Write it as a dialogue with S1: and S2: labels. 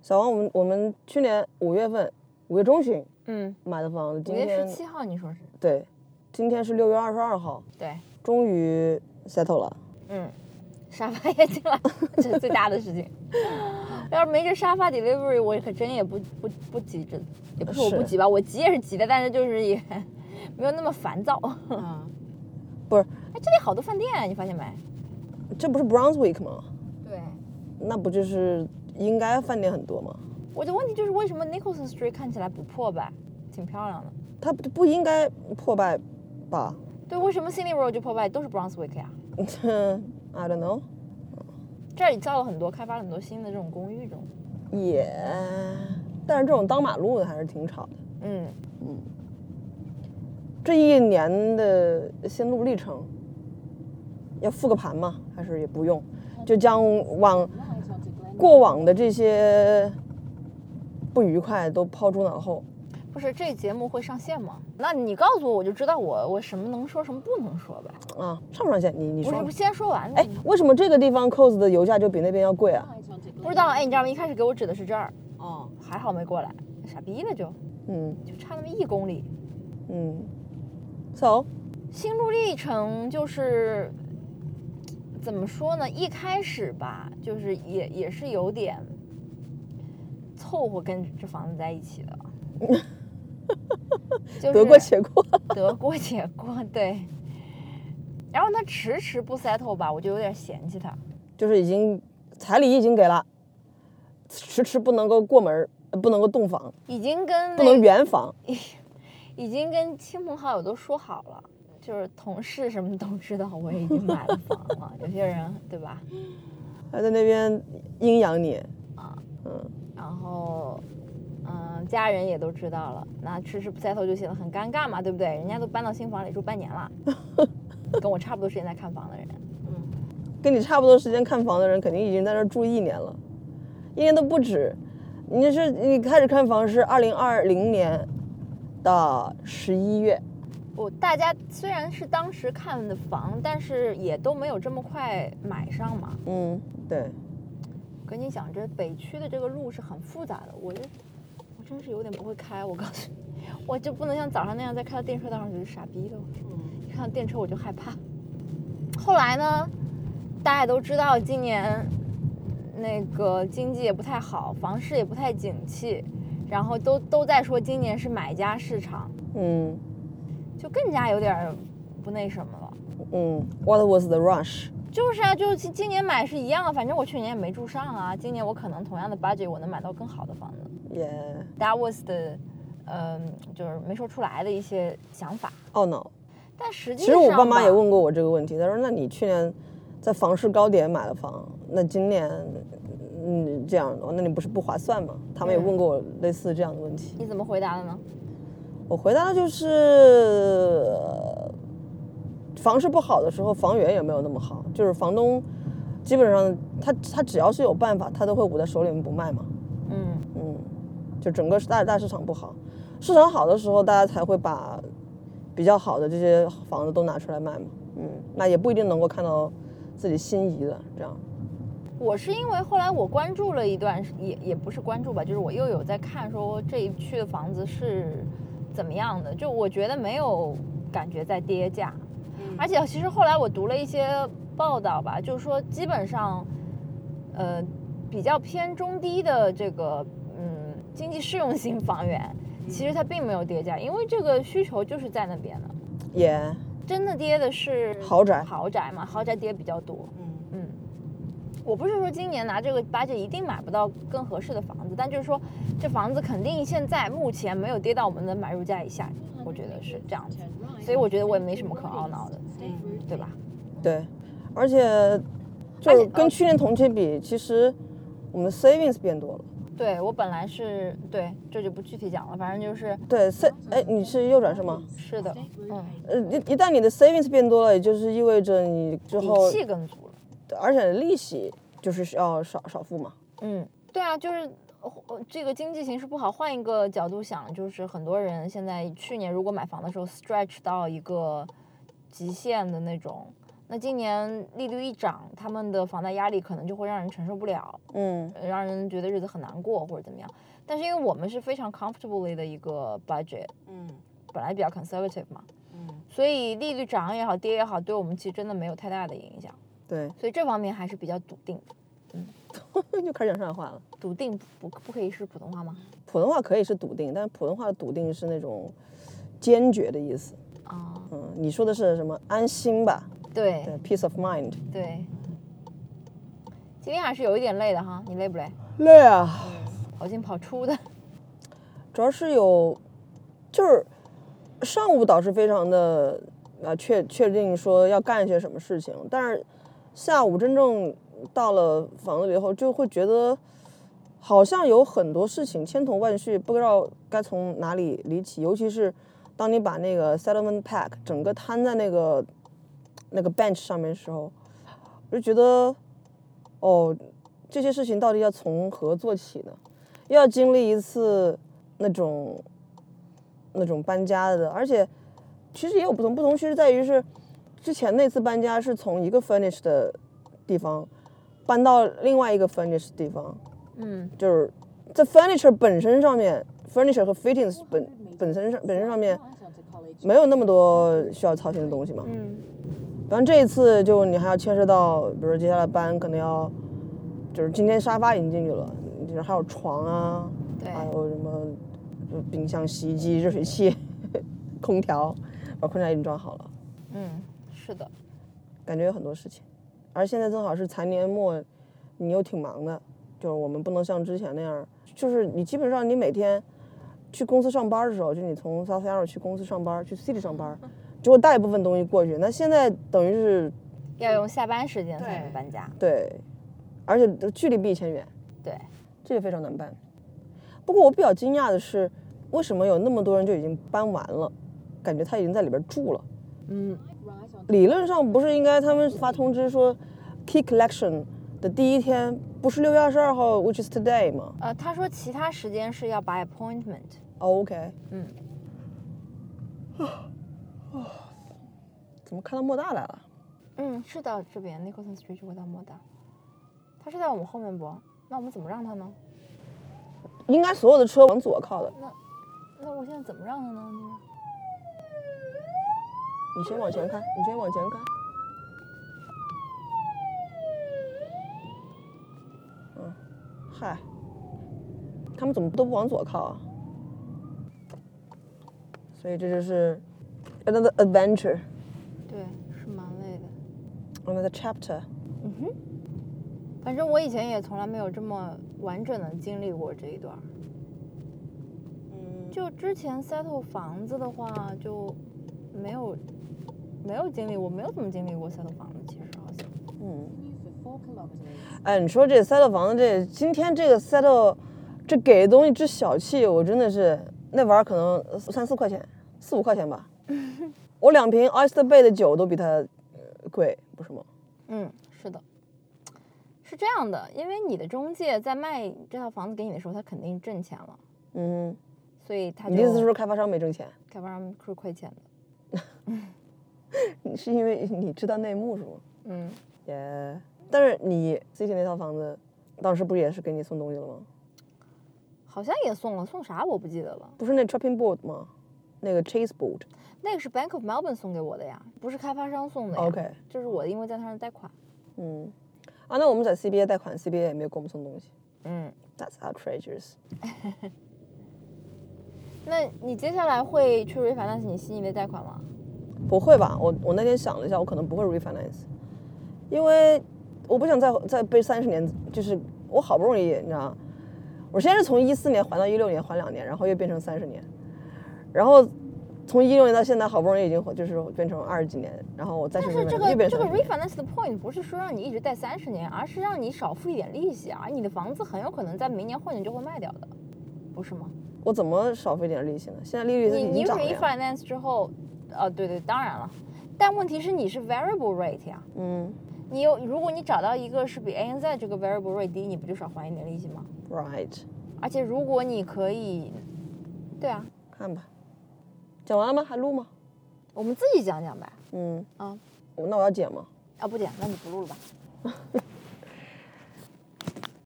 S1: 小王，我们我们去年五月份五月中旬
S2: 嗯，
S1: 买的房子，
S2: 五
S1: 今
S2: 月
S1: 天
S2: 十七号你说是？
S1: 对，今天是六月二十二号，
S2: 对，
S1: 终于 settle 了。
S2: 嗯，沙发也进来， 这是最大的事情。 要是没这沙发 delivery，我可真也不不不急着，也不是我不
S1: 是
S2: 急吧，我急也是急的，但是就是也没有那么烦躁。 哎，
S3: 嗯，
S1: 不是，
S2: 这里好多饭店，啊你发现没？
S1: 这不是 Brunswick 吗？
S2: 对，
S1: 那不就是应该饭店很多吗？
S2: 我的问题就是为什么 Nicholson Street 看起来不破败，挺漂亮的？
S1: 它不不应该破败吧
S2: 对，为什么 Sydney Road 就破败，都是 Brunswick 呀？
S1: ？I don't know。
S2: 这里造了很多，开发了很多新的这种公寓，这种，
S1: 也，但是这种当马路的还是挺吵的。
S2: 嗯，
S1: 这一年的心路历程，要复个盘吗？还是也不用？就将往过往的这些不愉快都抛诸脑后。
S2: 不是这节目会上线吗？那你告诉我，我就知道我我什么能说，什么不能说呗。
S1: 啊，上不上线？你你
S2: 不
S1: 说
S2: 是，
S1: 吧
S2: 不。先说完。
S1: 哎，为什么这个地方 COS 的油价就比那边要贵啊？
S2: 不知道，哎，你知道吗？一开始给我指的是这儿，
S3: 哦，
S2: 还好没过来，傻逼了就，
S1: 嗯
S2: 就差那么一公里。
S1: 嗯。So，
S2: 心路历程就是怎么说呢？一开始吧，就是也也是有点凑合跟这房子在一起 的，就是
S1: 得过且过。
S2: 得过且过，对。然后他迟迟不 settle 吧，我就有点嫌弃他。
S1: 就是已经彩礼已经给了，迟迟不能够过门儿，呃不能够动房，
S2: 已经跟
S1: 不
S2: 那
S1: 能圆房。
S2: 已经跟亲朋好友都说好了，就是同事什么都知道，我已经买了房了。有些人对吧？
S1: 还在那边阴阳你，
S2: 然后，嗯，家人也都知道了，那迟迟不抬头就显得很尴尬嘛，对不对？人家都搬到新房里住半 年了，跟我差不多时间在看房的人，
S1: 跟你差不多时间看房的人，肯定已经在这儿住一年了，一年都不止。你是你开始看房是二零二零年的十一月，
S2: 我大家虽然是当时看的房，但是也都没有这么快买上嘛。
S1: 嗯，对，
S2: 跟你讲，这北区的这个路是很复杂的，我就我真是有点不会开，我告诉你，我就不能像早上那样再开到电车道上就是傻逼了，
S3: 嗯，
S2: 一看到电车我就害怕。后来呢，大家也都知道今年那个经济也不太好，房市也不太景气，然后都都在说今年是买家市场，
S1: 嗯
S2: 就更加有点儿不那什么了。
S1: 嗯，What was the rush？
S2: 就是啊，就是今今年买是一样啊，反正我去年也没住上啊，今年我可能同样的 budget 我能买到更好的房子。
S1: 也
S2: that was 的，嗯，就是没说出来的一些想法。
S1: 懊恼。
S2: 但实际
S1: 哦其
S2: 上
S1: 实
S2: 吧，
S1: 我爸妈也问过我这个问题，他说：“那你去年在房市高点买了房，那今年嗯这样，那你不是不划算吗？”他们也
S2: 嗯
S1: 问过我类似这样的问题，
S2: 你怎么回答的呢？
S1: 我回答的就是，呃房市不好的时候，房源也没有那么好，就是房东基本上他他只要是有办法，他都会捂在手里面不卖嘛。
S2: 嗯，
S1: 嗯，就整个大大市场不好，市场好的时候，大家才会把比较好的这些房子都拿出来卖嘛。嗯，那也不一定能够看到自己心仪的这样。
S2: 我是因为后来我关注了一段时，也也不是关注吧，就是我又有在看说这一区的房子是怎么样的，就我觉得没有感觉在跌价，而且其实后来我读了一些报道吧，就是说基本上，呃，比较偏中低的这个嗯经济适用型房源，其实它并没有跌价，因为这个需求就是在那边的，
S1: 也、
S2: 真的跌的是
S1: 豪宅
S2: 豪宅嘛，豪宅跌比较多，
S3: 嗯
S2: 嗯，我不是说今年拿这个 budget 一定买不到更合适的房子，但就是说这房子肯定现在目前没有跌到我们的买入价以下，我觉得是这样子，所以我觉得我也没什么可懊恼的，对吧？
S1: 对，而且就
S2: 而
S1: 是
S2: 且
S1: 跟
S2: 呃
S1: 去年同期比，其实我们的 savings 变多了。
S2: 对我本来是对这就不具体讲了，反正就是
S1: 对，sa 哎，你是右转是吗？
S2: 是的，嗯，
S1: 呃，一一旦你的 savings 变多了，也就是意味着你之后
S2: 底，气更足了，
S1: 而且利息就是要少少付嘛。
S2: 嗯，对啊，就是。呃这个经济形势不好，换一个角度想，就是很多人现在去年如果买房的时候 stretch 到一个极限的那种，那今年利率一涨，他们的房贷压力可能就会让人承受不了，
S1: 嗯
S2: 呃让人觉得日子很难过或者怎么样。但是因为我们是非常 comfortably 的一个 budget，
S1: 嗯
S2: 本来比较 conservative 嘛，
S1: 嗯，
S2: 所以利率涨也好，跌也好，对我们其实真的没有太大的影响。
S1: 对，
S2: 所以这方面还是比较笃定的。
S1: 就开始讲上海话了。
S2: 笃定不不可以是普通话吗？
S1: 普通话可以是笃定，但普通话的笃定是那种坚决的意思。
S2: 啊、
S1: 嗯，你说的是什么？安心吧，
S2: 对
S1: 对，peace of mind。
S2: 对。今天还是有一点累的哈，你累不累？
S1: 累啊，
S2: 跑进跑出的，
S1: 主要是有，就是上午倒是非常的啊确确定说要干一些什么事情，但是下午真正到了房子里以后，就会觉得好像有很多事情千头万绪，不知道该从哪里理起，尤其是当你把那个 settlement pack 整个摊在那个那个 bench 上面的时候，我就觉得哦，这些事情到底要从何做起呢？又要经历一次那种那种搬家的，而且其实也有不同，不同区是在于是之前那次搬家是从一个 furnished 的地方搬到另外一个 furnished 的地方，
S2: 嗯，
S1: 就是在 furniture 本身上面，furniture 和 fittings 本本身上本身上面没有那么多需要操心的东西嘛。
S2: 嗯，
S1: 然后这一次就你还要牵涉到，比如说接下来搬可能要，就是今天沙发已经进去了，就是还有床啊，
S2: 对，
S1: 还有什么呃冰箱、洗衣机、热水器、 空调，把空调已经装好了，
S2: 嗯，是的，
S1: 感觉有很多事情。而现在正好是财年末，你又挺忙的，就是我们不能像之前那样，就是你基本上你每天去公司上班的时候，就你从 South Yarra 去公司上班，去 City 上班，结果带一部分东西过去，那现在等于是
S2: 要用下班时间才
S3: 对
S2: 能搬家。
S1: 对，而且距离比以前远，
S2: 对，
S1: 这个非常难办。不过我比较惊讶的是，为什么有那么多人就已经搬完了，感觉他已经在里边住了？
S2: 嗯，
S1: 理论上不是应该他们发通知说，key collection 的第一天不是六月二十二号，which is today 吗
S2: 呃，他说其他时间是要 by appointment。
S1: 哦？OK，啊
S2: 嗯，
S1: 怎么看到莫大来了？
S2: 嗯，是到这边 Nicholson Street 就会到莫大，他是在我们后面不？那我们怎么让他呢？
S1: 应该所有的车往左靠的，
S2: 那我现在怎么让他呢？
S1: 你先往前开，你先往前开。嗯，嗨，他们怎么都不往左靠啊？所以这就是 another adventure,
S2: 对，是蛮累的。
S1: another chapter。
S2: 嗯哼，反正我以前也从来没有这么完整的经历过这一段儿。
S1: 嗯，
S2: 就之前 settle 房子的话，就没有没有经历过，没有怎么经历过 settle 房子。其实好像，
S1: 嗯，
S3: for 4 kilometers.
S1: 哎，你说这 settle 房子这今天这个 settle 这给的东西之小气，我真的是那玩意儿可能三四块钱，四五块钱 吧。我两瓶 Oyster Bay 的酒都比它呃贵，不是吗？
S2: 嗯，是的，是这样的，因为你的中介在卖这套房子给你的时候，他肯定挣钱了，
S1: 嗯，
S2: 所以他
S1: 你的意思是
S2: 就
S1: 说开发商没挣钱？
S2: 开发商是亏钱的。
S1: 你 是因为你知道内幕是吗？
S2: 嗯，
S1: 也、但是你 City 那套房子，当时不是也是给你送东西了吗？
S2: 好像也送了，送啥我不记得了。
S1: 不是那 chopping board 吗？那个 chase board。
S2: 那个是 Bank of Melbourne 送给我的呀，不是开发商送的呀。
S1: OK，
S2: 就是我因为在他那儿贷款。
S1: 嗯，啊，那我们在 CBA 贷款，CBA 也没有给我们送东西。
S2: 嗯，
S1: That's outrageous。
S2: 那你接下来会去 refinance 你悉尼的贷款吗？
S1: 不会吧？我我那天想了一下，我可能不会 refinance，因为我不想再再背三十年，就是我好不容易，你知道，我先是从一四年还到一六年，还两年，然后又变成三十年，然后从一六年到现在，好不容易已经就是变成二十几年，然后我再去
S2: 但是
S1: refinance，
S2: 这
S1: 又
S2: 个
S1: 变成
S2: 这个
S1: 30年
S2: refinance 的 point 不是说让你一直贷三十年，而是让你少付一点利息啊，你的房子很有可能在明年后年就会卖掉的，不是吗？
S1: 我怎么少付一点利息呢？现在利率
S2: 你
S1: 已
S2: 你
S1: 经涨了呀，
S2: refinance 之后，呃，对对，当然了，但问题是你是 variable rate 呀、
S1: 嗯
S2: 你有如果你找到一个是比 ANZ 这个 variable rate 低，你不就少还一点利息吗？
S1: ，right，
S2: 而且如果你可以，对啊，
S1: 看吧，讲完了吗？还录吗？
S2: 我们自己讲讲呗。
S1: 嗯
S2: 啊，
S1: 我那我要剪吗？
S2: 啊，不剪，那你不录了吧？